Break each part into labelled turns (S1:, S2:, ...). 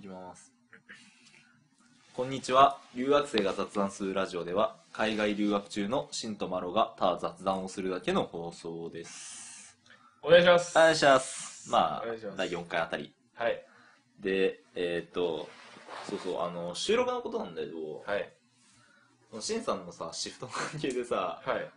S1: きます。こんにちは。留学生が雑談するラジオでは、海外留学中のシンとマロがただ雑談をするだけの放送です。
S2: お願いします。
S1: お願いします。まあ
S2: お願いしま、す
S1: 第4回あたり。
S2: はい。
S1: で、えっ、と、そうそう、あの、収録のことなんだけど、
S2: はい。
S1: シンさんのさ、シフトの関係でさ、
S2: はい。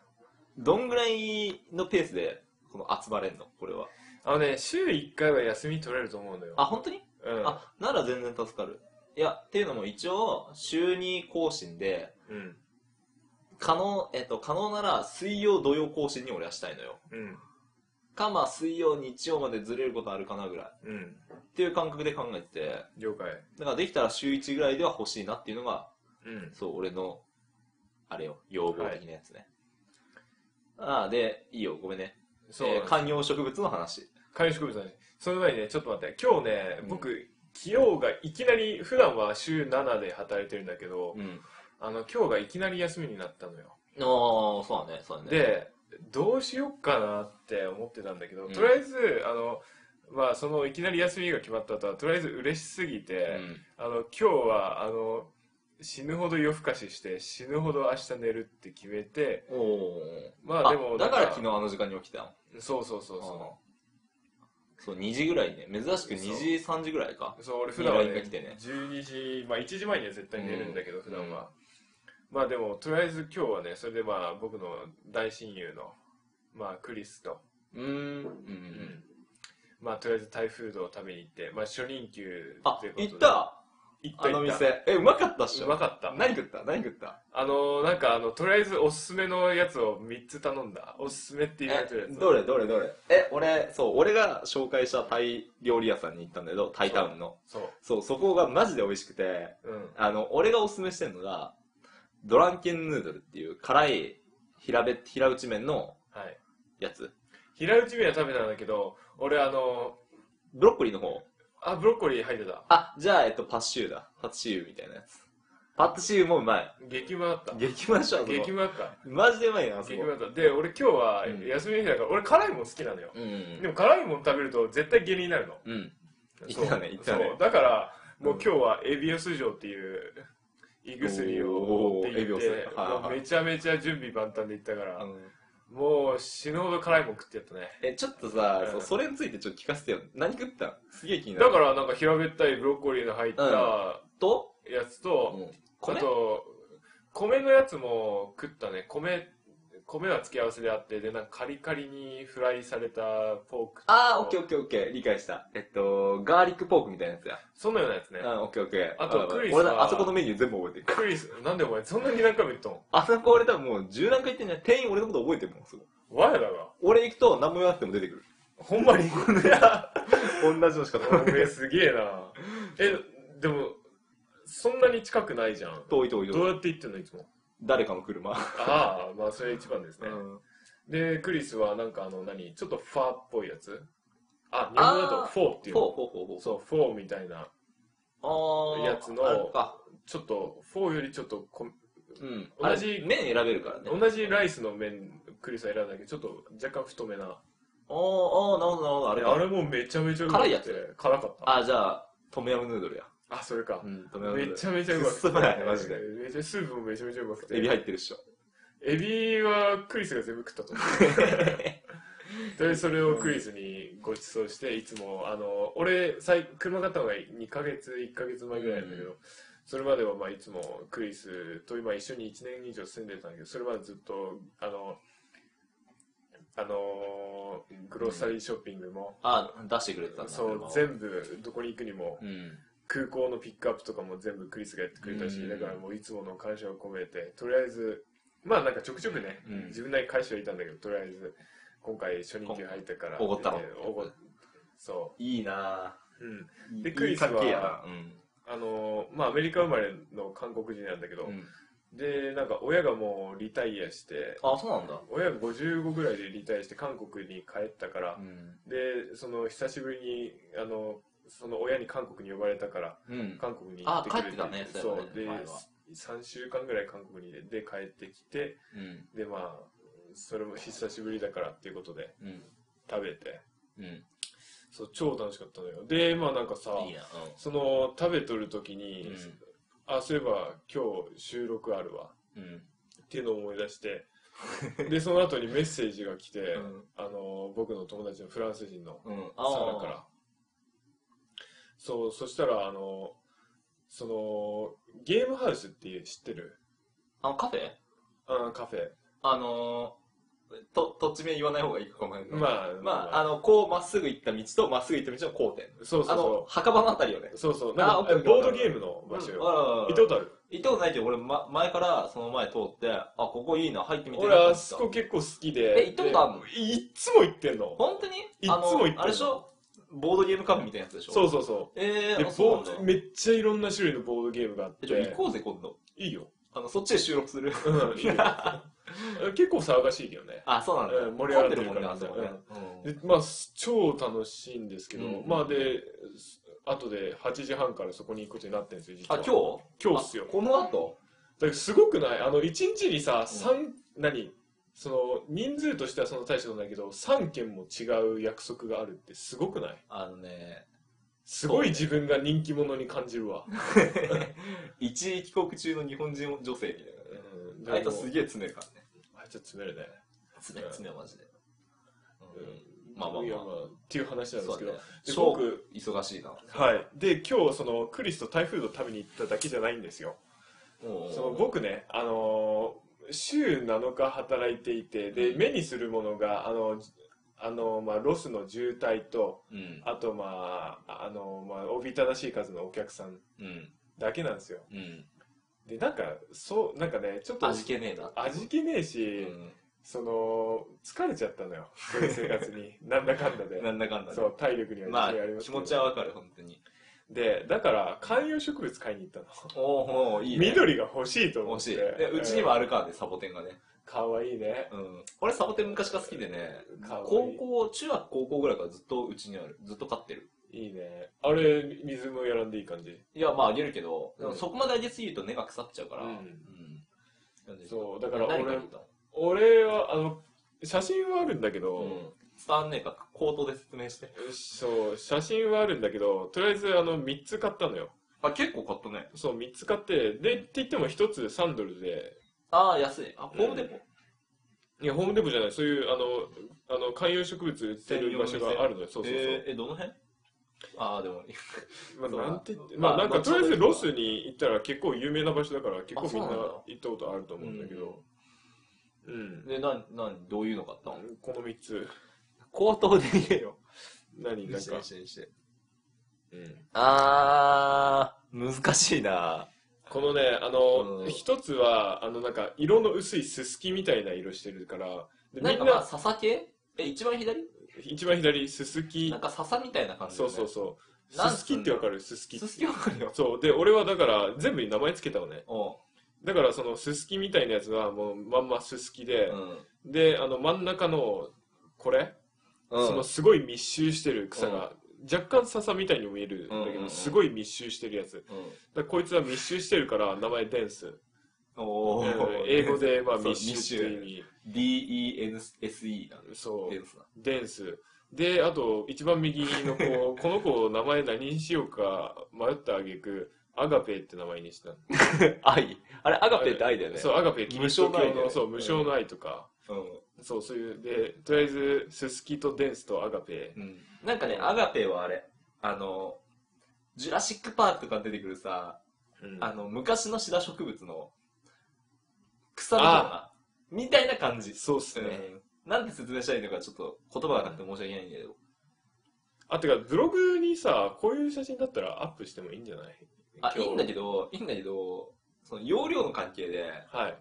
S1: どんぐらいのペースで、この集まれんのこれは。
S2: あのね、週1回は休み取れると思うのよ。
S1: あ、本当に
S2: うん。
S1: あなら全然助かるいやっていうのも一応週2更新で
S2: うん。
S1: 可能,、えっと可能なら水曜土曜更新に俺はしたいのよ
S2: うん。
S1: かまあ水曜日曜までずれることあるかなぐらい
S2: うん。
S1: っていう感覚で考えてて
S2: 了解。
S1: だからできたら週1ぐらいでは欲しいなっていうのが
S2: うん。
S1: そう俺のあれよ要望的なやつね、ああでいいよごめんね、
S2: そう
S1: えー、観葉植物の話
S2: 観葉植物なんですその前にねちょっと待って今日ね
S1: うん
S2: 僕、起用がいきなり普段は週7で働いてるんだけど、
S1: うん
S2: あの今日がいきなり休みになったのよ、
S1: ああそうだねそうだね
S2: でどうしよっかなって思ってたんだけど、
S1: うん
S2: とりあえずあのまあそのいきなり休みが決まった後はとりあえず嬉しすぎ
S1: う
S2: て、
S1: ん
S2: あの今日はあの死ぬほど夜更かしして死ぬほど明日寝るって決めて
S1: おお
S2: まあでも
S1: だから
S2: なん
S1: 昨日あの時間に起きたの
S2: そうそうそうそう、
S1: そう、2時ぐらいね。珍しく2時、3時ぐらいか。
S2: そう俺普段は
S1: に LINE
S2: ね
S1: が来てね
S2: 12時まあ1時前には絶対寝るんだけど、
S1: うん
S2: 普段は、まあでもとりあえず今日はねそれでまあ僕の大親友のまあクリスと、
S1: うーん。うん。
S2: まあとりあえず台風道を食べに行ってまあ初任給
S1: あ
S2: という、ことで
S1: 行った
S2: 行った
S1: あの
S2: 行った
S1: 店。え、うまかったっしょ
S2: うまかった
S1: 何食った何食った
S2: あのなんかあのとりあえずおすすめのやつを3つ頼んだおすすめって言われてるやつ
S1: どれどれどれえ、俺、そう、俺が紹介したタイ料理屋さんに行ったんだけど、タイタウンの。
S2: そう
S1: そう、そこがマジで美味しくて、
S2: うん
S1: あの、俺がおすすめしてるのが、ドランケンヌードルっていう辛い平べ、平打ち麺の
S2: はい
S1: やつ。
S2: 平打ち麺は食べたんだけど俺あの
S1: ブロッコリーの方。
S2: あブロッコリー入ってた
S1: あ、じゃあ、えっと、パッシューだ。パッシューみたいなやつ。パッシューもうまい。
S2: 激うまだった
S1: 激マシャ
S2: 激うまだった
S1: マジでうまいなあそ
S2: 激
S1: こ
S2: うまだったで俺今日は
S1: うん
S2: 休みの日だから、俺辛いもん好きなのよ
S1: うん
S2: でも辛いもの食べると絶対下痢になるの。
S1: うん
S2: そう
S1: 言ったね言ったね
S2: そうだから、もう
S1: うん
S2: 今日はエビオス錠っていう胃薬を持
S1: おー
S2: って
S1: エビ
S2: 行
S1: オ
S2: っ
S1: ス
S2: て、
S1: はいはい
S2: もうめちゃめちゃ準備万端で行ったか
S1: あ
S2: ら、
S1: の
S2: もう死ぬほど辛いもん食ってやったね。
S1: えちょっとさ、
S2: うん
S1: そうそれについてちょっと聞かせてよ何食ったんすげえ気になる
S2: だからなんか平べったいブロッコリーの入った
S1: うんと、
S2: やつと、あ
S1: 米
S2: と、米のやつも食ったね。米、米は付け合わせであって、で、なんかカリカリにフライされたポークと
S1: ああオッケーオッケーオッケー理解したえっとガーリックポークみたいなやつや
S2: そんなようなやつね。
S1: うんオッケーオッケー
S2: あと
S1: わかるわかる
S2: クリスは
S1: 俺だあそこのメニュー全部覚えてる
S2: クリス、なんでお前そんなに何回も言ったの
S1: あそこ俺多分もう十何回行ってんじゃん店員俺のこと覚えてるもんすごい
S2: わやだが。
S1: 俺行くと何も言わなくても出て くる
S2: ほんまに
S1: 同じのしか食べない
S2: 俺すげえな。え、でも、そんなに近くないじゃん。
S1: 遠い遠い
S2: どう
S1: 遠い
S2: やって行ってんのいつも。
S1: 誰かの車
S2: ああ、まあそれ一番ですね。
S1: うん
S2: で、クリスはなんかあの、何ちょっとファーっぽいやつあ、日本語だと
S1: あー
S2: フォーっていう
S1: ほう
S2: の。
S1: ほうほうほう
S2: そう、フォーみたいな。
S1: あー
S2: やつの
S1: あれか
S2: ちょっと、フォーよりちょっとこ、
S1: うん、
S2: 同じ
S1: あれ麺選べるからね
S2: 同じライスの麺、クリスは選んだけど、ちょっと若干太めな。
S1: あーあーなるほどなるほどあ
S2: あ
S1: れ
S2: れ
S1: か
S2: あれもめちゃめちゃうまく
S1: 辛いや
S2: て
S1: つ
S2: 辛かった。
S1: あじゃあトムヤムヌードルや
S2: あ、それか。
S1: んトムヤムヌー
S2: め
S1: ドル
S2: ちゃめちゃうまくて。
S1: くっそまいマジで
S2: めちゃスープもめちゃめちゃうまくて。
S1: エビ入ってるっしょ
S2: エビはクリスが全部食ったと思 う。で、それをクリスにご馳走して、いつも、あの、俺、最車買ったのが2ヶ月、1ヶ月前ぐらいなんだけど、それまでは、まあ、いつもクリスと今一緒に1年以上住んでたんだけど、それまでずっと、あの、あの、グロッサリーショッピングも、
S1: あ出してくれてたんだ
S2: そう、全部、どこに行くにも、
S1: 部うん
S2: 空港のピックアップとかも全部クリスがやってくれたし、
S1: うん
S2: だからもういつもの感謝を込めてとりあえずまあなんかちょくちょくね、
S1: うん
S2: 自分なりに返してはいたんだけどとりあえず今回初任給入ったから
S1: おごったの
S2: えーおごそ
S1: いいな
S2: う、うん、
S1: ぁ
S2: でクリスはい
S1: い関係やな
S2: あのーまあアメリカ生まれの韓国人なんだけど、
S1: うん、うん、
S2: でなんか親がもうリタイアして
S1: あそうなんだ
S2: 親が55ぐらいでリタイアして韓国に帰ったから
S1: う、ん、
S2: でその久しぶりにあのその親に韓国に呼ばれたから
S1: うん、
S2: 韓国に行ってくれて
S1: あ帰ってたね
S2: そう
S1: そうだ
S2: で
S1: よね前は
S2: 3週間ぐらい韓国にいてで帰ってきて
S1: うん
S2: でまあそれも久しぶりだからっていうことで
S1: うん
S2: 食べて
S1: うん
S2: そう超楽しかったのよでまあなんかさ
S1: いいな
S2: その食べとる時
S1: う
S2: に、
S1: ん
S2: あそういえば今日収録あるわ
S1: うん
S2: っていうのを思い出してでその後にメッセージが来て、
S1: ん
S2: あの僕の友達のフランス人の
S1: うんうん
S2: サラからそうそしたらあのそのゲームハウスって知ってる
S1: あのカフェ
S2: あカフェ
S1: あのー、と土地名言わない方がいいかもしれない
S2: ま
S1: あ
S2: あ
S1: まああのこうまっすぐ行った道とまっすぐ行った道の交点
S2: そうそう
S1: あの
S2: そ
S1: 墓場のあたりよね
S2: うそうそう
S1: あ
S2: なん
S1: オッケー
S2: か
S1: オッケー
S2: ボードゲームの場所よ、
S1: よ
S2: 行ったことある
S1: 行ったことないけど俺、ま、前からその前通ってあここいいな入ってみて
S2: 俺あ
S1: そ
S2: そこ結構好きで
S1: え行ったことあんの
S2: でいっつも行ってんの
S1: 本当に
S2: いっつも行ってん
S1: あ
S2: の
S1: のあれでしょボードゲームカフェみたいなやつでしょ
S2: そう
S1: う
S2: そうそ
S1: え
S2: うで
S1: ー、あそう
S2: ボ
S1: なんだ
S2: ーめっちゃいろんな種類のボードゲームがあって
S1: えじゃあ行こうぜ今度
S2: いいよ
S1: あのそっちで収録する
S2: う んいいよ結構騒がしいけどね
S1: あそうなんだ、
S2: うん盛り上がってる
S1: 混んでるもんねあそこね、
S2: でまあす超楽しいんですけど、
S1: うん
S2: まあです後で8時半からそこに行くことになってるんですよ実
S1: あ
S2: は
S1: 今日
S2: 今日っすよ
S1: あこの後
S2: だからすごくないあの1日にさ三、何その人数としてはそんな大したことないけど3件も違う約束があるってすごくない
S1: あのね
S2: すごい
S1: そ
S2: 自分が人気者に感じるわ、
S1: 一時帰国中の日本人女性みたいなね
S2: うん、
S1: あいつはすげえ詰めるからね。
S2: あいつは詰めるね、
S1: 詰め、詰めはマジで。
S2: うん
S1: まあまあまあ
S2: いやっていう話なんですけど、
S1: す
S2: す
S1: ご
S2: ご
S1: く
S2: く
S1: 忙しいな。
S2: はいで今日そのクリスと台風の食べに行っただけじゃないんですよその僕ね、あのー週7日働いていてで目にするものが、あのあのまあ、ロスの渋滞と
S1: うん。
S2: あと、まああのまあ、おびただしい数のお客さん
S1: うん。
S2: だけなんですよ
S1: うん。
S2: でなんかそうなんかねちょっと
S1: 味気ねえな。
S2: 味気ねえ
S1: う
S2: し、
S1: ん。
S2: その疲れちゃったのよそういう生活 になんだかんだで
S1: なんだかんだで。
S2: そう体力には
S1: まあ
S2: 自信り、ます
S1: 気
S2: けど
S1: 持ちはわかる、本当に。
S2: でだから観葉植物買いに行ったの
S1: おおいいね。
S2: 緑が欲しいと思
S1: 欲
S2: っ
S1: してい。で、うちにもあるからね、サボテンがね。
S2: かわいいね
S1: うん。俺サボテン昔から好きでね、
S2: かわいい
S1: 高校、中学高校ぐらいからずっとうちにある。ずっと飼ってる。
S2: いいね。あれ、水もやらんでいい感じ。
S1: いや、まああげるけど、でも
S2: うん
S1: そこまであげすぎると根が腐っちゃうから。
S2: うん
S1: うん
S2: そう、だから
S1: 何
S2: 俺
S1: 買っ、たの
S2: 俺は、あの、写真はあるんだけど、
S1: うん伝わんねえか、口頭で説明して。
S2: そう、写真はあるんだけど、とりあえず、あの、3つ買ったのよ。
S1: あ、結構買ったね。
S2: そう、3つ買って、で、って言っても1つ3ドルで、
S1: ああ、安い。あ、ホームデポ。
S2: いや、ホームデポじゃない、そういう、あの、あの、観葉植物売ってる場所があるのよ。そうそうそう。
S1: えーえ、どの辺ああ、でも、
S2: まあ、なんて言って、ま
S1: ま
S2: あ、
S1: あ
S2: なん
S1: ま
S2: か、
S1: あ
S2: とりあえずロスに行ったら結構有名な場所だから、結構みんな
S1: そうなんだ
S2: 行ったことあると思うんだけど、うん。
S1: で、なん、なん、どういうの買ったの
S2: この3つ、
S1: 口頭で言えよ。
S2: 何、なんか、うん。
S1: ああ、難しいな。
S2: このね、あの、
S1: うん
S2: 一つは、あの、なんか、色の薄いススキみたいな色してるから、で
S1: な
S2: み
S1: ん
S2: ん
S1: か
S2: な、
S1: まあ、笹系え、一番左
S2: 一番左、ススキ
S1: なん、か笹みたいな感じだ
S2: そ
S1: よ
S2: う
S1: ね。
S2: そうそう、
S1: なん
S2: ススキってわかるススキ。
S1: すすきわかるよ。
S2: そう、で、俺はだから、全部に名前つけたのね。
S1: おう
S2: だから、その、ススキみたいなやつは、もう、まんまススキで、で、あの、真ん中の、これ、
S1: うん。
S2: その、すごい密集してる草が、若干笹みたいにも見えるんだ
S1: うん
S2: け
S1: うんう
S2: ど、
S1: ん
S2: すごい密集してるやつ。だか
S1: うん。
S2: らこいつは密集してるから、名前デンス。
S1: おお、
S2: 英語で、まあ、
S1: そう
S2: 密集っていう意味。
S1: DENSE なんで
S2: そう
S1: デンスな。
S2: デンスであと一番右の 子この子名前何にしようか迷ったあげくアガペって名前にしたの
S1: 愛。あれ、アガペって愛だよね。
S2: そうアガペキリスト
S1: 無償の愛
S2: 教
S1: だよ
S2: の
S1: ね
S2: そう無償の愛とか、
S1: うん。
S2: そうそういうでとりあえずススキとデンスとアガペ
S1: うんなんかね、アガペはあれ、あの、ジュラシック・パークとか出てくるさ、
S2: うん
S1: あの、昔のシダ植物の草のような、みたいな感じ。
S2: そうっす
S1: う
S2: ね、
S1: ん。なんて説明したらいいのか、ちょっと言葉がなくて申し訳ないんだけど。
S2: あてかブログにさこういう写真だったらアップしてもいいんじゃない
S1: あ、い
S2: 今日
S1: いんだけど、いいんだけど、その容量の関係で、
S2: はい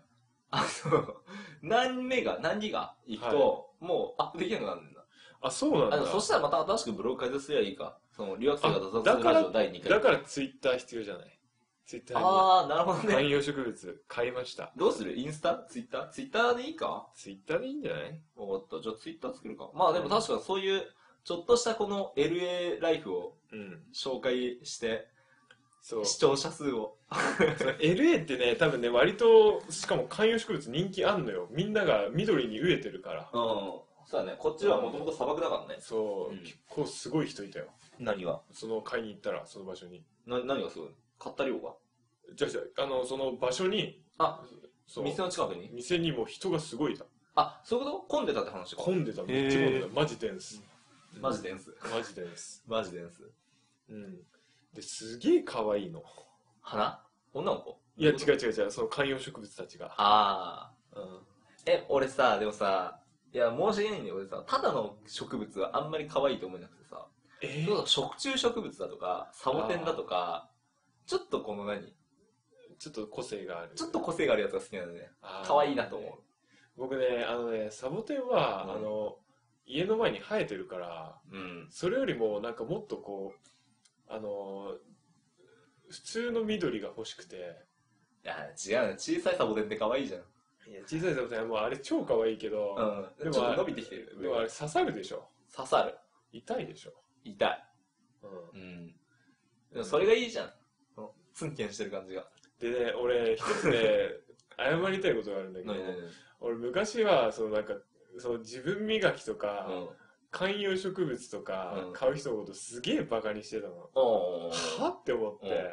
S1: あの、 何メガ、何ギガいくと、もうアップできなくなるんだ。
S2: あそうなん
S1: あ
S2: だ
S1: のそしたらまた新しくブログ開設すればいいか。その留学生が脱
S2: あ
S1: 落
S2: だ
S1: す
S2: か
S1: る
S2: ら
S1: ラジオ第2回。
S2: だからツイッター必要じゃないツイッター
S1: ああ、なるほど
S2: に
S1: ね。
S2: 観葉植物買いました
S1: どうするインスタツイッターツイッターでいいか
S2: ツイッターでいいんじゃない
S1: 分かった。じゃあツイッター作るか。まあでも確かにそういう、ちょっとしたこの LA ライフを
S2: うん
S1: 紹介して、
S2: そう
S1: 視聴者数を。
S2: LA ってね多分ね割としかも観葉植物人気あんのよみんなが緑に飢えてるから
S1: うん。そうだねこっちはもともと砂漠だからね
S2: そう、
S1: うん
S2: 結構すごい人いたよ
S1: 何が
S2: その買いに行ったらその場所に
S1: な何がすごいの買った量が
S2: じゃあじゃああのその場所に
S1: あ
S2: そう
S1: 店の近くに
S2: 店にも人がすごいいた
S1: あそういうこと混んでたって話か
S2: 混んでためっちゃ混んでた
S1: へ
S2: マジデンス
S1: マジデンス
S2: マジデンス
S1: マジデンス
S2: うんですげえ可愛いの
S1: 花女の子
S2: いや違う違う違うその観葉植物たちが
S1: ああ
S2: うん
S1: え俺さでもさいや申し訳ないんだけど俺さただの植物はあんまり可愛いと思えなくてさ
S2: え
S1: どうぞ食虫植物だとかサボテンだとかちょっとこの何
S2: ちょっと個性がある
S1: ちょっと個性があるやつが好きなのね
S2: あー
S1: 可愛いなと思
S2: 僕ねあのねサボテンは、
S1: うん
S2: あの家の前に生えてるから
S1: ううん
S2: それよりもなんかもっとこうあの普通の緑が欲しくて
S1: いや違うね小さいサボテンって可愛いじゃん
S2: いや小さいサボテンはもうあれ超可愛いけど、
S1: う
S2: で
S1: ん
S2: も
S1: ちょっと伸びてきてる
S2: でもあれ刺さるでしょ
S1: 刺さる
S2: 痛いでしょ、
S1: 痛い
S2: うん、
S1: うんでもそれがいいじゃんそのツンケンしてる感じが
S2: でね俺一 つね謝りたいことがあるんだけど
S1: 何何
S2: 俺昔はそのなんかその自分磨きとか、
S1: 何うん
S2: 観葉植物とか
S1: うん
S2: 買う人のことすげえバカにしてたの、
S1: おー
S2: はって思って、
S1: うん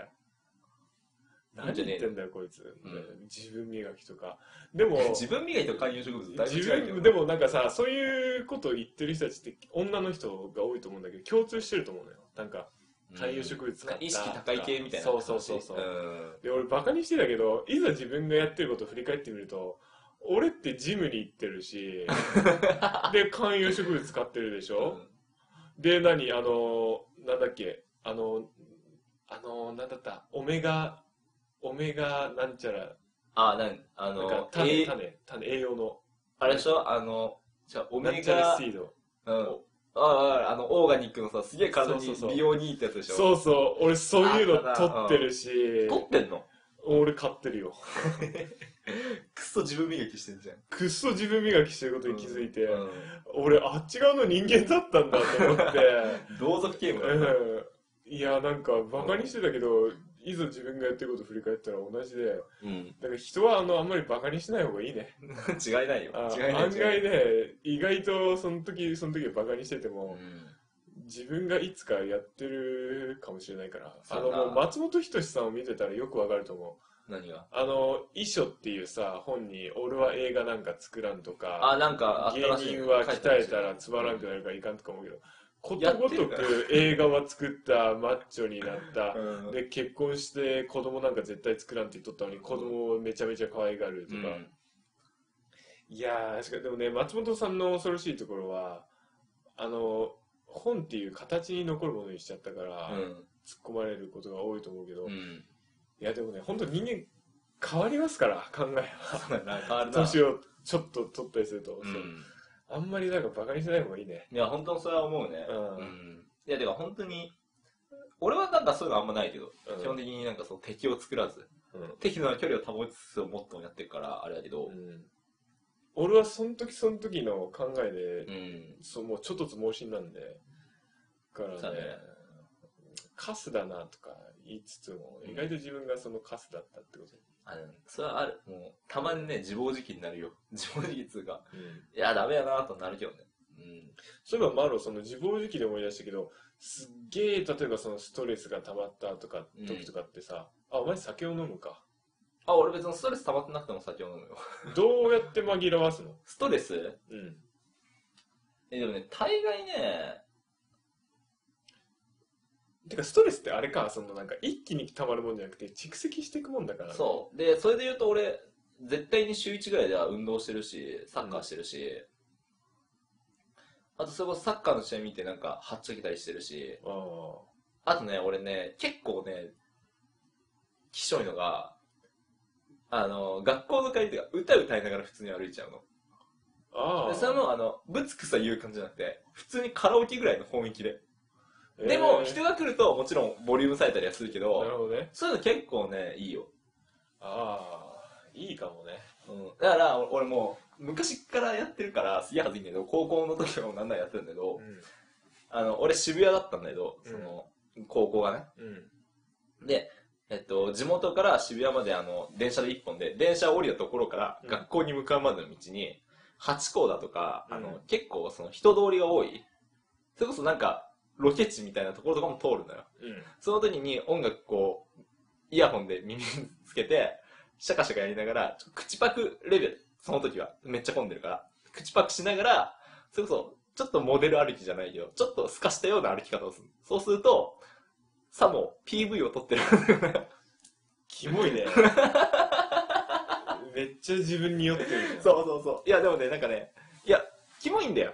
S2: 何言ってんだよこいつ、
S1: ん
S2: 自分磨きとかでも
S1: 自分磨いと観葉植物だいぶ
S2: 自
S1: 違うけど
S2: 分でもなんかさそういうことを言ってる人たちって女の人が多いと思うんだけど共通してると思うのよなんか観葉植物買った
S1: 意識高い系みたいな
S2: そうそうそうそう、
S1: ん
S2: で俺バカにしてたけどいざ自分がやってることを振り返ってみると俺ってジムに行って るしで観葉植物買ってるでしょ、で何あのなんだっけあのあのなんだったオメガオメガなんちゃら
S1: あなんあ
S2: なんか
S1: の
S2: 種
S1: えー
S2: 種種栄養の
S1: あれでしょあのじゃあオ
S2: な
S1: メ
S2: んちゃら
S1: ガ
S2: シード
S1: うんあああのオーガニックのさすげえ体
S2: そう
S1: に
S2: そうそう
S1: 美容にいいってやつでしょ
S2: そうそう俺そういうの
S1: あった
S2: 取
S1: な
S2: ってるし
S1: 取ってんの
S2: 俺買ってるよ
S1: クソ自分磨きしてんじゃん
S2: くっそ自分磨きしてることに気づいて、
S1: うん
S2: 俺あっち側の人間だったんだと思 って、
S1: 同族ゲームだね
S2: うん、いやなんかバカにしてたけどいざ自分がやってること振り返ったら同じで
S1: うん
S2: だから人はあのあんまりバカにしない方がいいね
S1: 違いないよ
S2: あ
S1: 違いない
S2: 案外
S1: 違いない
S2: ね意外とその時その時はバカにしてて
S1: う
S2: も、
S1: ん
S2: 自分がいつかやってるかもしれないからあ
S1: そう
S2: の
S1: だな
S2: もう松本人志さんを見てたらよくわかると思う
S1: 何が
S2: あの遺書っていうさ本に「俺は映画なんか作らん」とか
S1: あなんかあった
S2: 芸
S1: らしい
S2: 人は鍛えたらつ
S1: つ
S2: ま
S1: ま
S2: らん
S1: ん
S2: くなるからいかんとか思うけどこと
S1: やって
S2: ご
S1: る
S2: とく映画は作ったマッチョになった
S1: うん
S2: で結婚して子供なんか絶対作らんって言っとったのに子供をめちゃめちゃ可愛がるとか、
S1: うん
S2: いやー確かにでもね松本さんの恐ろしいところはあの本っていう形に残るものにしちゃったから、突っ込まれることが多いと思うけど、
S1: う
S2: い
S1: ん
S2: やでもね本当人間変わりますから考え
S1: そうだ な変わ
S2: は
S1: るな
S2: 年をちょっと取ったりすると、
S1: う
S2: そうんあんまりなんかバカにしない方がいいね
S1: いや、本当にそれは思うね。
S2: うん
S1: いや、てか本当に、俺はなんかそういうのあんまないけど、
S2: うん
S1: 基本的になんかその敵を作らず、
S2: うん
S1: 適度な距離を保ちつつをモットーにやってるから、あれだけど、
S2: 俺はその時その時の考えで
S1: う、ん。
S2: そうもうちょっとつ盲信なんでからね
S1: そうだね
S2: カスだなとか言いつつも
S1: うん
S2: 意外と自分がそのカスだったってこと、
S1: あの、それはある。もう、たまにね、自暴自棄になるよ。自暴自棄っつうか、いや、ダメやなとなるけどね。
S2: そういえばマロその自暴自棄で思い出したけどすっげえ例えばそのストレスが溜まったとか
S1: うん
S2: 時とかってさ、あお前酒を飲むか
S1: あ、俺別にストレス溜まってなくても酒を飲むよ。
S2: どうやって紛らわすの、
S1: ストレス
S2: うん、
S1: え、でもね、大概ね、
S2: てかストレスってあれかそのなんか一気に溜まるもんじゃなくて蓄積していくもんだからね、
S1: そう。で、それで言うと俺、絶対に週1ぐらいでは運動してるし、サッカーしてるし、あとそれこそサッカーの試合見てなんか、はっちゃけたりしてるし、
S2: あ
S1: あとね、俺ね、結構ね、きしょいのが、あの、学校の帰りとか歌歌いながら普通に歩いちゃうの。
S2: ーあー
S1: でそれも、あの、ぶつくさ言う感じじゃなくて、普通にカラオケぐらいの本域で。でも、
S2: えー
S1: 人が来るともちろんボリュームされたりはするけ
S2: なる
S1: ど、
S2: ほどね
S1: そういうの結構ね、いいよ。
S2: ああいいかもね
S1: うん、だから俺もう昔からやってるからすげえ恥ずいんだけど高校の時とかもなんならやってるんだけどあの俺渋谷だったんだけどその、高校がね
S2: うん
S1: で、えっと、地元から渋谷まであの電車で1本で電車降りたところから
S2: うん
S1: 学校に向かうまでの道に、ハチ公だとか、あの、
S2: うん
S1: 結構その人通りが多い。それこそなんか、ロケ地みたいなところとかも通るのよ。
S2: うん
S1: その時に音楽こう、イヤホンで耳につけて、シャカシャカやりながら、ちょ口パクレベル、その時は。めっちゃ混んでるから。口パクしながら、それこそ、ちょっとモデル歩きじゃないけど、ちょっと透かしたような歩き方をする。そうすると、さも PV を撮ってる。
S2: キモいねめっちゃ自分に酔ってるじゃん
S1: そうそうそう。いや、でもね、なんかね、いや、キモいんだよ。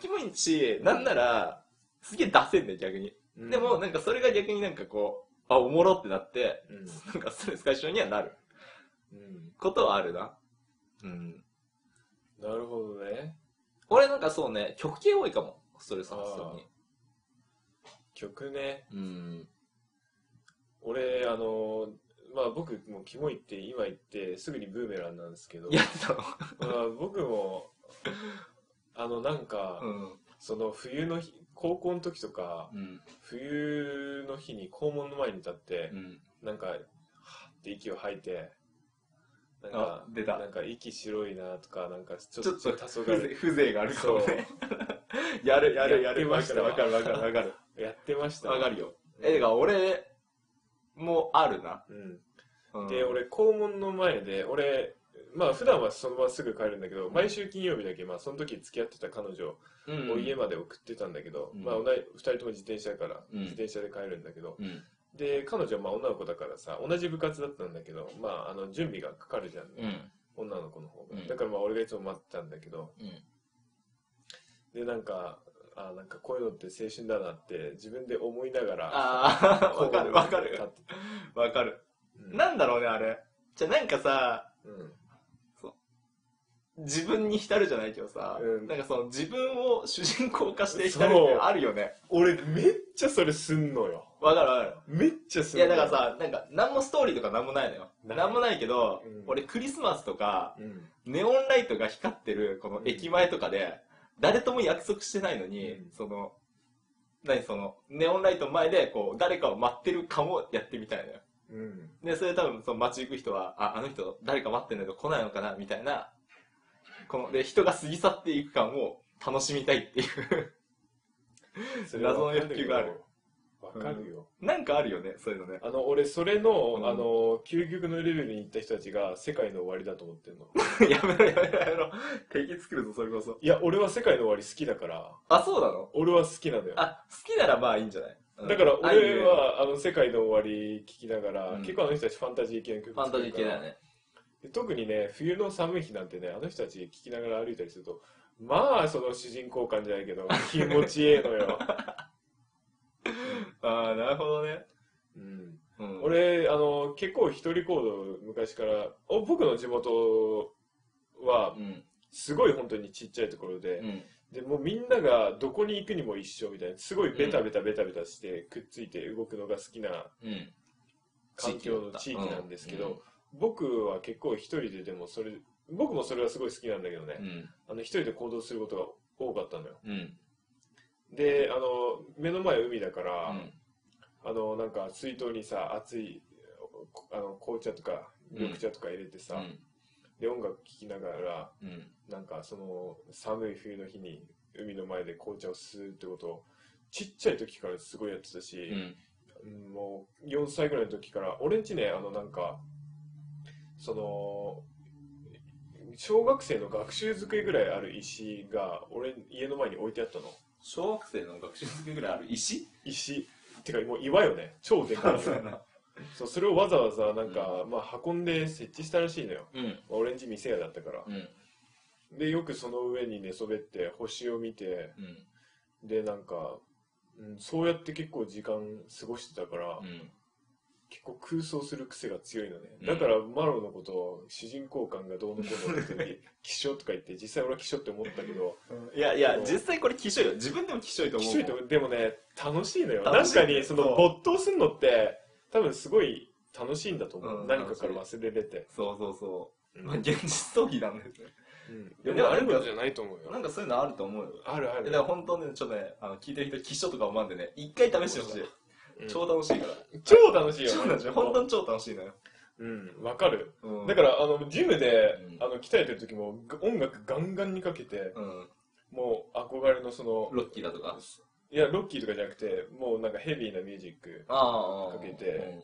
S1: キモいし、なんなら、すげえ出せんだよ、逆に。
S2: うん
S1: でも、なんかそれが逆になんかこう、あ、おもろってなって、
S2: うん
S1: なんかストレス解消にはなる
S2: うん
S1: ことはあるな。うん。
S2: なるほどね
S1: 俺なんかそうね、曲系多いかも、ストレス発散に。
S2: 曲ね
S1: うん。
S2: 俺あのまあ僕もキモいって今言ってすぐにブーメランなんですけど
S1: やったの
S2: まあ僕もあのなんか、
S1: ん。
S2: その冬の日高校の時とか
S1: うん。
S2: 冬の日に校門の前に立って、
S1: うん。
S2: なんかはあって息を吐いてな
S1: あ
S2: んか
S1: 出た
S2: なんか息白いなとかなんかちょっ
S1: ちょっ
S2: と
S1: と
S2: 黄昏
S1: 風情風情があるかもね。 やる、やる、や
S2: やって
S1: る。
S2: ました
S1: わかる、わかる、わかる。
S2: やってま した
S1: わかるよ。え、だから俺もあるな。
S2: うん
S1: うん
S2: で、俺校門の前で俺まあ普段はそのまますぐ帰るんだけど毎週金曜日だけ、まあ、その時付き合ってた彼女
S1: うん
S2: を家まで送ってたんだけど、
S1: うん
S2: まあ、同い2人とも自転車だから、
S1: うん
S2: 自転車で帰るんだけど、
S1: うん。
S2: で彼女はまあ女の子だからさ同じ部活だったんだけど、まあ、あの準備がかかるじゃんね、
S1: うん。
S2: 女の子の方が、
S1: うん
S2: だからまあ俺がいつも待ってたんだけど
S1: うん。
S2: でなんかあなんかこういうのって青春だなって自分で思いながら
S1: ああ、
S2: こう
S1: わかる、わかる
S2: 立。って
S1: わかる。
S2: うん
S1: なんだろうね、あれ。じゃあなんかさ、
S2: うん
S1: 自分に浸るじゃないけどさ、
S2: うん
S1: なんかその自分を主人公化して浸るってあるよね。
S2: 俺めっちゃそれすんのよ
S1: わかるわかる。
S2: めっちゃす
S1: い
S2: んの
S1: や
S2: よ
S1: だからさ、なんか、なんもストーリーとかなんもないのよ。
S2: ない
S1: なんもないけど、
S2: うん
S1: 俺クリスマスとか、
S2: うん
S1: ネオンライトが光ってる、この駅前とかで、誰とも約束してないのに、
S2: うん
S1: その、何その、ネオンライトの前で、こう、誰かを待ってるかもやってみたいのよ。
S2: うん
S1: で、それ多分、その街行く人は、あ、あの人、誰か待ってんだけど来ないのかな、みたいな、この、で、人が過ぎ去っていく感を楽しみたいっていう。
S2: それは
S1: 謎の欲求がある
S2: わかるよ、
S1: なんかあるよね、そういうのね。
S2: あの俺それの,、
S1: うん
S2: あの究極のレベルに行った人たちが世界の終わりだと思ってんの
S1: やめろやめろやめろ。敵作るぞ、それこそ。
S2: いや俺は世界の終わり好きだから
S1: あ、そうなの
S2: 俺は好きなのよ
S1: あ、好きならまあいいんじゃない、うん
S2: だから
S1: ああい
S2: 俺
S1: う
S2: はあの世界の終わり聞きながら、
S1: うん
S2: 結構あの人たちファンタジー系の曲
S1: ファンタジー系だ
S2: 作
S1: よ
S2: るから
S1: ね。
S2: で特にね冬の寒い日なんてねあの人たち聞きながら歩いたりするとまあその主人公感じゃないけど気持ちええの よ、
S1: ああ、なるほどね。
S2: うん、
S1: うん、
S2: 俺あの結構一人行動昔からお僕の地元は
S1: うん、
S2: すごい本当にちっちゃいところで
S1: う,、ん、
S2: でもうみんながどこに行くにも一緒みたいなすごいベタベタベタベタしてくっついて動くのが好きな
S1: うん。
S2: 環境の地域なんですけど、僕は結構一人ででもそれ僕もそれはすごい好きなんだけどね、
S1: うん、
S2: あの一人で行動することが多かったのよ
S1: うん、うん、
S2: であの目の前海だから、
S1: うん
S2: あのなんか水筒にさ熱いあの紅茶とか緑茶とか入れてさ、で音楽聴きながら
S1: うん、うん。
S2: なんかその寒い冬の日に海の前で紅茶を吸うってことをちっちゃい時からすごいやってたし、
S1: うん
S2: うんもう4歳ぐらいの時から俺んちねあのなんかその小学生の学習机ぐらいある石が俺家の前に置いてあったの
S1: 小学生の学習机ぐらいある石
S2: 石てかもう岩よね超で かいの
S1: そうやな
S2: そうそれをわざわざなんか、まあ、運んで設置したらしいのよ
S1: うん、
S2: まあ俺んち店屋だったから
S1: うん、
S2: でよくその上に寝そべって星を見て
S1: うん、
S2: でなんか、うん、そうやって結構時間過ごしてたから、
S1: うん。
S2: 結構空想する癖が強いのね、
S1: うん
S2: だからマロのことを主人公感がどうのこうのって言って 気象とか言って実際俺は気象って思ったけど
S1: いやいや、実際これきしょいよ。自分でもきしょいと
S2: 気
S1: 思う。
S2: 象ってでもね楽しいのよ
S1: 楽し
S2: 確
S1: い
S2: かにそ
S1: そ
S2: の
S1: う
S2: 没頭するのって多分すごい楽しいんだと思う、
S1: うん
S2: 何かから忘れれて、
S1: そうそうそうう。
S2: ん
S1: まあ、現実逃避なんですね。
S2: で
S1: でも
S2: もあ
S1: な
S2: る
S1: んか
S2: ことじゃないと思うよ
S1: なんかそういうのあると思うよ。
S2: あるあ
S1: いや
S2: る
S1: だから本当ね、ちょっとね、あの聞いてる人、きしょとか思わんでね、一回試してほしい。
S2: うん
S1: 超楽しいから。
S2: 超楽しいよね
S1: 超楽しい。本当に超楽しいのよ。
S2: うん、わかる。
S1: うん
S2: だから、あの、ジムで
S1: う、ん
S2: あの、鍛えてる時も、音楽ガンガンにかけて、
S1: うん、
S2: もう憧れのその、
S1: ロッキーだとか
S2: いや、ロッキーとかじゃなくて、もうなんかヘビーなミュージック、
S1: あ
S2: かけて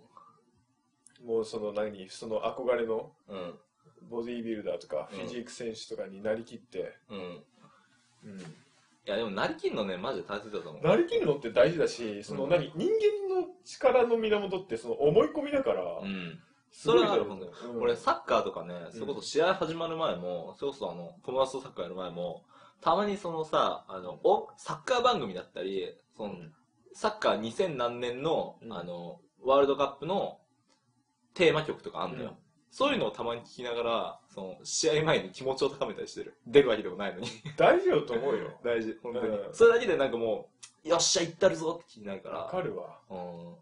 S2: もうその何、その憧れの
S1: うんうん
S2: ボディービルダーとか、
S1: う
S2: フ
S1: ん
S2: ィジーク選手とかになりきって、
S1: うん
S2: うん
S1: いやでもなりきんのねマジで大切だと思う
S2: なりきるのって大事だし、その何、人間の力の源って、その思い込みだから、
S1: うん
S2: すごい
S1: それはあるもんね
S2: 大事うん
S1: 俺サッカーとかねそれこそ試合始まる前もそれこそあの友達とサッカーやる前もたまにそのさあのおサッカー番組だったりそのサッカー2000何年の,、
S2: うん
S1: あのワールドカップのテーマ曲とかあんのよ、
S2: うん
S1: そういうのをたまに聞きながらその試合前に気持ちを高めたりしてる出るわけでもないのに
S2: 大事だと思うよ。
S1: 大事本当に、
S2: うん
S1: それだけでなんかもうよっしゃ行ったるぞって気になるか
S2: わ
S1: ら
S2: かるわ。
S1: うん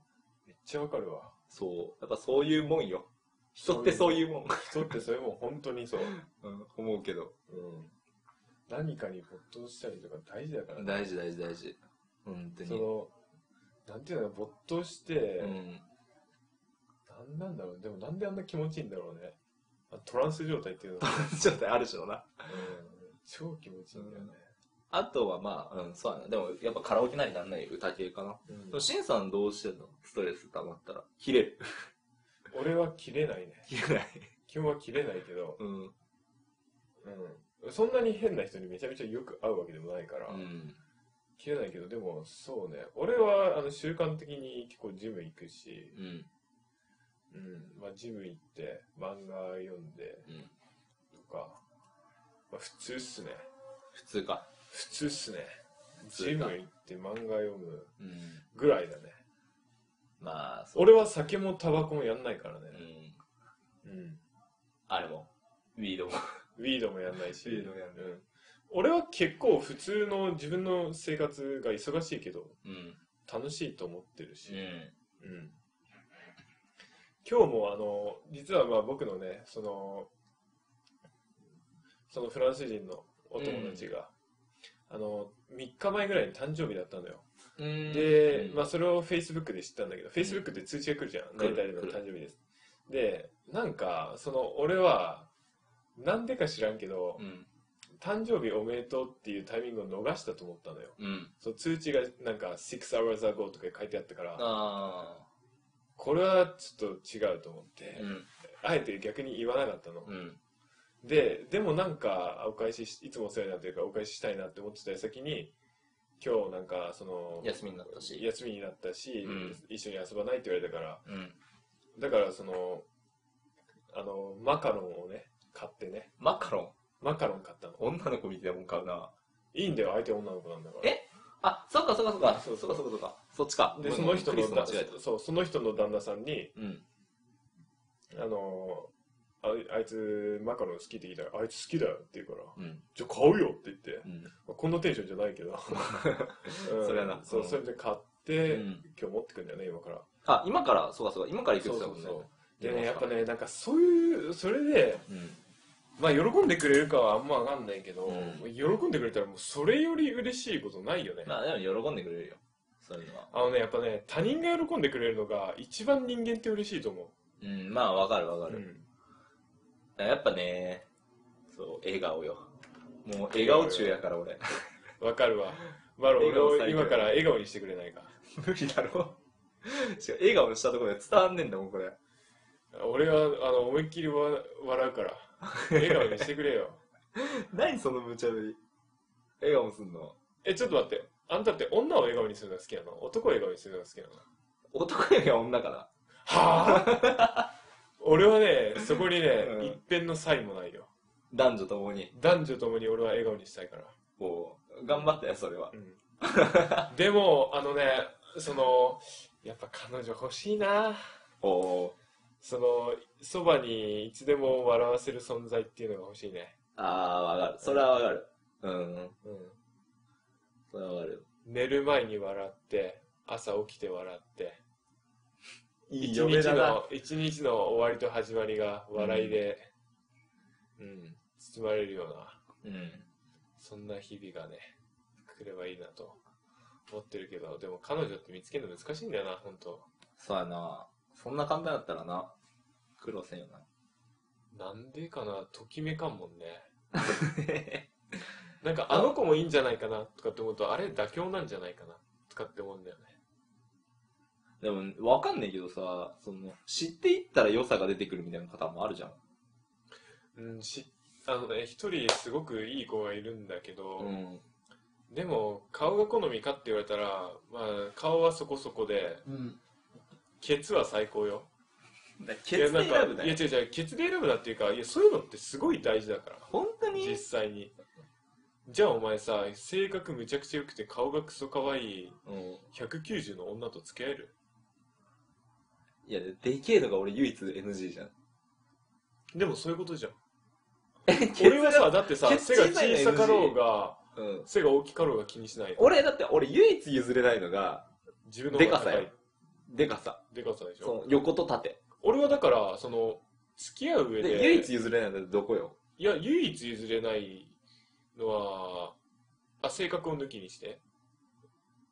S2: めっちゃわかるわ。
S1: そうやっぱそういうもんよ人ってそういうもん、
S2: 人ってそれもう本当にそう。
S1: うん、思うけど
S2: うん何かに没頭したりとか大事だからね。
S1: 大事大事大事本当に
S2: その、なんていうの、没頭して、
S1: うん
S2: なんなんだろう、でもなんであんな気持ちいいんだろうね。あトランス状態っていう のが、
S1: ちょっとあるでしょうな
S2: うん超気持ちいいんだよね。
S1: あとはまあ、うん、そうやなでもやっぱカラオケなりなんない歌系かな
S2: うん
S1: しんさんどうしてんのストレス溜まったら。切れる。
S2: 俺は切れないね。
S1: 切れない。
S2: 基本は切れないけど、
S1: うん。
S2: うん、そんなに変な人にめちゃめちゃよく会うわけでもないから、
S1: うん。
S2: 切れないけど、でもそうね、俺はあの習慣的に結構ジム行くし、
S1: うん。
S2: うんまあ、ジム行って漫画読んで
S1: うん。
S2: とか、まあ、普通っすね。
S1: 普通か。
S2: 普通っすね。
S1: 通か
S2: ジム行って漫画読む
S1: うん。
S2: ぐらいだね。
S1: まあ、そう。
S2: 俺は酒もタバコもやんないからね
S1: う。ん。
S2: うん。
S1: あれも。ウィードも。
S2: ウィードもやんないし。
S1: ウィードもやんない
S2: うん俺は結構普通の自分の生活が忙しいけど、
S1: うん。
S2: 楽しいと思ってるし、
S1: ん。
S2: うん今日もあの実はまあ僕のねそのそのフランス人のお友達が、あの3日前ぐらいに誕生日だったのよ、
S1: うん
S2: で、まあ、
S1: あ、
S2: それを Facebook で知ったんだけど、Facebook って通知が来るじゃん
S1: 来
S2: 誰
S1: る
S2: 々の誕生日ですでなんかその俺はなんでか知らんけど、
S1: うん。
S2: 誕生日おめでとうっていうタイミングを逃したと思ったのよ
S1: うん。
S2: そう通知がなんか6 hours ago とか書いてあったから
S1: あ
S2: これはちょっと違うと思って、
S1: あ。うん。
S2: あえて逆に言わなかったの、
S1: うん。
S2: ででもなんかお返ししいつもお世話になってるからお返ししたいなって思ってた矢先に今日なんかその
S1: 休みになったし。
S2: 休みになったし、
S1: うん
S2: 一緒に遊ばないって言われたから
S1: うん。
S2: だからそのあのマカロンをね買ってね
S1: マカロン。
S2: マカロン買ったの
S1: 女の子みたいなもん買うな。
S2: いいんだよ相手女の子なんだから
S1: えあ、そっかそっかそっか。
S2: そ
S1: そうっ
S2: そ
S1: か
S2: う
S1: そっかそっか。そっちか。
S2: でその人
S1: クリ
S2: の
S1: ス間
S2: だ
S1: 違えた。
S2: そうその人の旦那さんに
S1: うん。
S2: あのああいつマカロン好きって聞いたらあいつ好きだよって言うから
S1: うん。
S2: じゃあ買うよって言って
S1: うん。
S2: まあこんなテンションじゃな いけど、うん
S1: それはな
S2: そう
S1: うん
S2: それで買って、
S1: うん
S2: 今日持ってくんだよね今から
S1: あ、今から、そうかそうか。今から行く
S2: そ
S1: っ
S2: う
S1: て言
S2: そ
S1: っ
S2: う
S1: てたもん
S2: そ
S1: ね。
S2: うでねやっぱねなんかそういうそれで
S1: うん。
S2: まあ喜んでくれるかはあんま分かんないけど、
S1: うん
S2: 喜んでくれたらもうそれより嬉しいことないよね、
S1: まあでも喜んでくれるよ。そういうのは。
S2: あのねやっぱね他人が喜んでくれるのが一番人間って嬉しいと思
S1: うん、まあわかるわ
S2: う、
S1: か
S2: う
S1: る。
S2: ん
S1: やっぱね、そう、笑顔よ。もう笑顔中やから俺。
S2: わかるわマロン
S1: 笑顔
S2: 俺を
S1: 最強
S2: 今から笑顔にしてくれないか
S1: 無理だろ。しかも笑顔したところで伝わんねえんだもん、これ。
S2: 俺はあの思いっきりわ笑う から笑顔にしてくれよ
S1: 何その無茶ぶり。笑顔すんの。
S2: えちょっと待ってあんたって女を笑顔にするのが好きなの男を笑顔にするのが好きなの
S1: 男よりは女かな。
S2: はあ 俺はねそこにね、
S1: うん
S2: 一辺の差異もないよ
S1: 男女ともに。
S2: 男女ともに俺は笑顔にしたいから、
S1: こう、頑張ったよ、それは。
S2: うんでもあのねそのやっぱ彼女欲しいな
S1: おー。
S2: そのそばにいつでも笑わせる存在っていうのが欲しいね、
S1: あー、わかる。それはわかる。うん。
S2: うん、
S1: それはわかるよ。
S2: 寝る前に笑って朝起きて笑って
S1: い
S2: 一日の一日の終わりと始まりが笑いで、うん包まれるような
S1: うん。
S2: そんな日々がね来ればいいなと思ってるけどでも彼女って見つけるの難しいんだよな本当
S1: そうやな。そんな簡単だったらな。苦労せんよな。
S2: なんでかなときめかんもんねなんかあの子もいいんじゃないかなとかって思うとあれ妥協なんじゃないかなとかって思うんだよね
S1: でも、わかんないけどさ、その、知っていったら良さが出てくるみたいなパターンもあるじゃん。
S2: うんしあのね一人すごくいい子がいるんだけど、
S1: ん。
S2: でも顔が好みかって言われたら、まあ、顔はそこそこで
S1: うん。
S2: ケツは最高よ
S1: だケツで
S2: いやな
S1: 選
S2: ん
S1: ぶだ
S2: かいや
S1: よ。
S2: 違う違うケツで選ぶなっていうかいやそういうのってすごい大事だから
S1: 本当に
S2: 実際にじゃあお前さ性格むちゃくちゃ良くて顔がクソ可愛い
S1: うん。
S2: 190の女と付き合える
S1: いや、でけえのが俺唯一 NG じ ゃん。
S2: でもそういうことじゃん
S1: え、ケ
S2: 俺はさだってさ
S1: ケツ
S2: 背が
S1: 小さい
S2: 小
S1: の
S2: さかろうが
S1: うん。
S2: 背が大きかろうが気にしない
S1: 俺、だって俺唯一譲れないのが、
S2: 自分の方が
S1: でかさ
S2: 高
S1: よ
S2: い
S1: でかさ。
S2: でかさでし
S1: そ
S2: ょ
S1: の横と縦。
S2: 俺はだからその付き合う上で
S1: で、唯一譲れないのってどこよ。
S2: いや唯一譲れないのはあ性格を抜きにして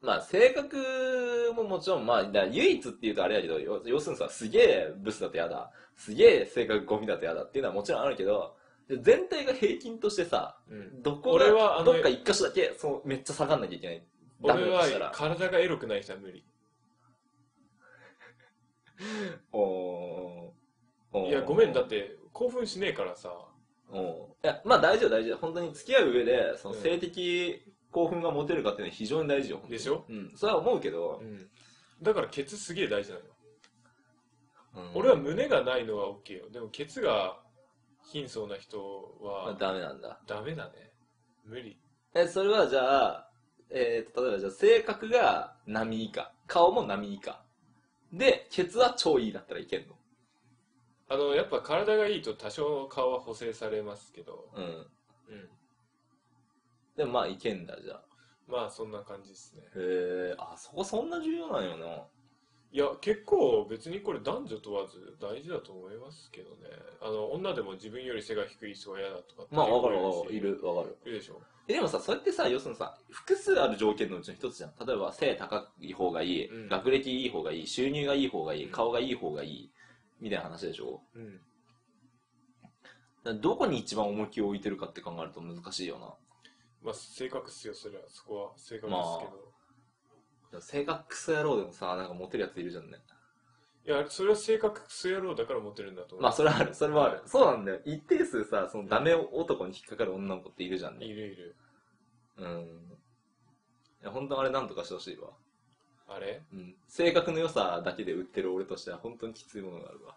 S1: まあ、性格ももちろん、まあ、だから唯一って言うとあれだけど、要要するにさ、すげえブスだとやだ、すげえ性格ゴミだとやだっていうのはもちろんあるけど、で全体が平均としてさ、
S2: うん
S1: どこ
S2: 俺はあ
S1: が、
S2: の
S1: どっか一箇所だけ、そう、めっちゃ下がんなきゃいけない。ダメ
S2: 俺
S1: だとした
S2: は
S1: ら。
S2: 体がエロくない人は無理
S1: おーおー
S2: いやごめんだって興奮しねえからさ
S1: おーいや、まあ大事よ大事よ。本当に付き合う上で、その
S2: うん
S1: 性的興奮が持てるかっていうのは非常に大事よ。
S2: でしょ、
S1: うん、それは思うけど
S2: う、ん、だからケツすげえ大事なのよ
S1: うん
S2: 俺は胸がないのは OK よでもケツが貧相な人
S1: まあ
S2: は
S1: ダメなんだ。
S2: ダメだね無理
S1: え、それはじゃあ、えーと、例えばじゃあ、性格が波以下。顔も波以下。で、ケツは超いいだったらいけんの。
S2: あのやっぱ体がいいと多少顔は補正されますけど、
S1: うん。
S2: うん、
S1: でもまあ、いけんだ、じゃあ。
S2: まあそんな感じですね
S1: へえ、あ、そこそんな重要なんよな。
S2: いや結構別にこれ男女問わず大事だと思いますけどねあの女でも自分より背が低い人が嫌だとかって
S1: まあ、わかる
S2: 結構
S1: わかる。いる、わかる。
S2: いるでしょ、
S1: えでもさ、それってさ、要するにさ、複数ある条件のうちの一つじゃん。例えば、背高い方がいい、
S2: うん
S1: 学歴いい方がいい、収入がいい方がいい、
S2: うん
S1: 顔がいい方がいい、みたいな話でしょ。
S2: うん、
S1: だからどこに一番重きを置いてるかって考えると難しいよな。
S2: まあ性格っすよそれはそこは性格ですけど、
S1: までも性格クソ野郎でもさ、なんかモテるやついるじゃんね。
S2: いやそれは性格クソ野郎だからモテるんだと思う、
S1: まあそれはある、それはある。そうなんだよ。一定数さ、そのダメ男に引っかかる女の子っているじゃんね。
S2: いるいる
S1: うん。いや、本当あれなんとかしてほしいわ。
S2: あれ
S1: うん。性格の良さだけで売ってる俺としては本当にきついものがあるわ。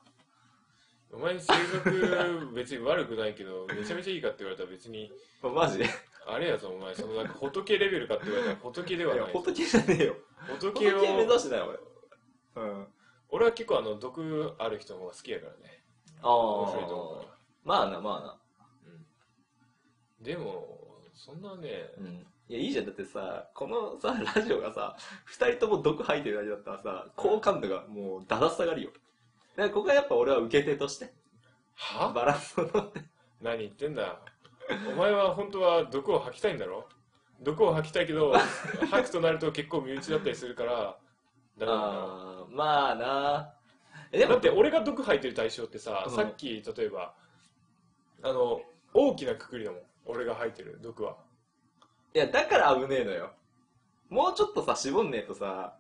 S2: お前性格別に悪くないけどめちゃめちゃいいかって言われたら別に
S1: まマジでい
S2: あれやぞお前そのなんか仏レベルかって言われたら仏では
S1: や
S2: な、いぞ
S1: 仏じゃねえよ。仏
S2: 仏を
S1: 目指してない俺。うん。
S2: 俺は結構あの毒ある人の方が好きやからね
S1: あ
S2: 面白いと思う
S1: あ
S2: か。
S1: まあな、ま
S2: らでもそんなね
S1: あな。うん。いや、いいじゃん。だってさ、このさ、ラジオがさ、二人とも毒吐いてるだけだったらさ、好感度がもうだだ下がるよ。だからここはやっぱ俺は受け手として、
S2: は
S1: バランスを取って
S2: 何言ってんだお前は本当は毒を吐きたいんだろ毒を吐きたい けど吐くとなると結構身内だったりするからダメなんだろ
S1: あーまあなえでも
S2: だって俺が毒吐いてる対象ってさ、
S1: うん
S2: さっき例えばあの大きなくくりだもん俺が吐いてる毒はい
S1: やだから危ねえのよもうちょっとさ絞んねえとさ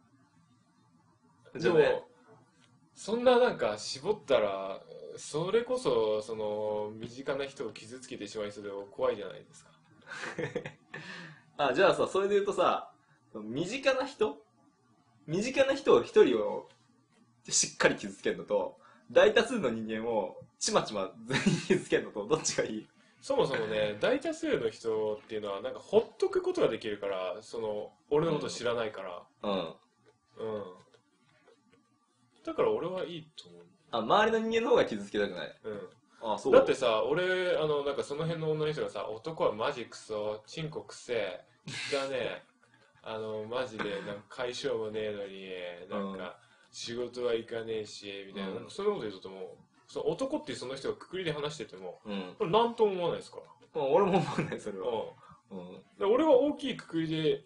S2: でもそんななんか絞ったらそれこそその身近な人を傷つけてしまいそうで怖いじゃないですか
S1: あじゃあさそれで言うとさ身近な人身近な人を一人をしっかり傷つけるのと大多数の人間をちまちま全員傷つけるのとどっちがいい
S2: そもそもね大多数の人っていうのはなんかほっとくことができるからその俺のこと知らないから
S1: うん
S2: うん、だから俺はいいと思、
S1: あ周りの人間の方が傷つけたくないう
S2: うん、
S1: あそ
S2: だってさ俺あのなんかその辺の女の人がさ男はマジクソチンコくせえ じゃねあのマジでなんか解消もねえのになんか仕事は行かねえしみたいな,、
S1: うん
S2: なんかそういうこと言うともその男っていうその人がくくりで話してても
S1: うん
S2: これ何とも思わないですから、
S1: うん俺も思うねそれ
S2: う
S1: は、
S2: ん、
S1: うん、
S2: で俺は大きいくくりで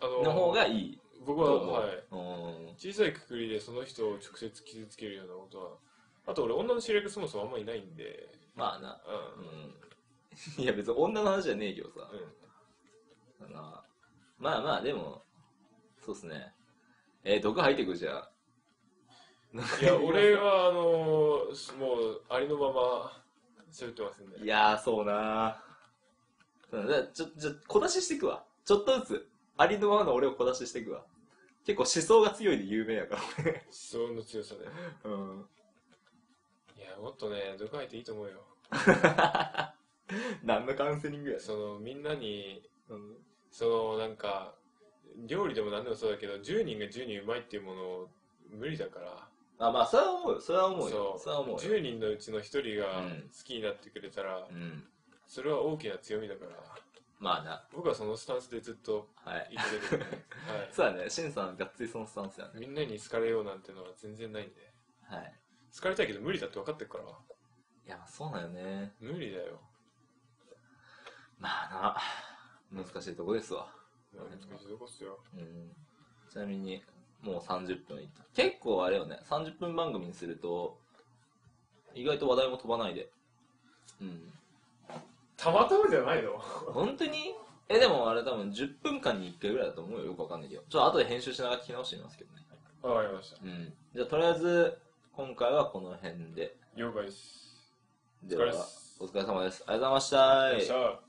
S2: あの
S1: の方がいい
S2: 僕
S1: と
S2: は、
S1: 思う
S2: はい、
S1: うん
S2: 小さいくくりでその人を直接傷つけるようなことはあと俺女の知り合いがそもそもあんまいないんで
S1: まあな、
S2: うん
S1: うん。いや、別に女の話じゃねえけどさ。
S2: うん
S1: だなまあまあ、でも、そうっすね。えー、毒入ってくじゃあ。
S2: いや、俺は、あのーもう、ありのまま、喋ってますんで。
S1: いやー、そうなー。うんだからちょ、ちょ、小出ししていくわ。ちょっとずつ、ありのままの俺を小出ししていくわ。結構思想が強いで有名やから。
S2: 思想の強さで。
S1: うん。
S2: いや、もっとね、どかいていいと思うよ。
S1: 何のカウンセリングやし。
S2: その、みんなに、
S1: うん。
S2: その、なんか、料理でも何でもそうだけど、10人が10人うまいっていうもの、無理だから。
S1: あ、まあ、それは思うよ。それは思うよ。
S2: そ
S1: それは思うよ。
S2: 10人のうちの1人が
S1: うん
S2: 好きになってくれたら
S1: う、ん。
S2: それは大きな強みだから。
S1: まあな。
S2: 僕はそのスタンスでずっと
S1: はい。
S2: 生 きてるんで、はい。
S1: そうだね。しんさん、がっつりそのスタンスやね。
S2: みんなに好かれようなんてのは全然ないんで。
S1: はい。
S2: 好かれたいけど無理だって分かってるから。
S1: いや、まあそうだよね。
S2: 無理だよ。
S1: まあな。難しいとこですわ。
S2: いや難しいとこっすよ。
S1: うん。ちなみに、もう30分いった。結構あれよね。30分番組にすると、意外と話題も飛ばないで。うん。
S2: たまたまじゃないの
S1: 本当にえ、でもあれ多分10分間に1回ぐらいだと思うよ。よくわかんないけど。ちょっと後で編集しながら聞き直してみますけどね。
S2: わかりました。
S1: うん。じゃあ、とりあえず、今回はこの辺で。
S2: 了解です。
S1: では
S2: お疲れっす、
S1: お疲れ様です。ありがとうございました
S2: よっしゃ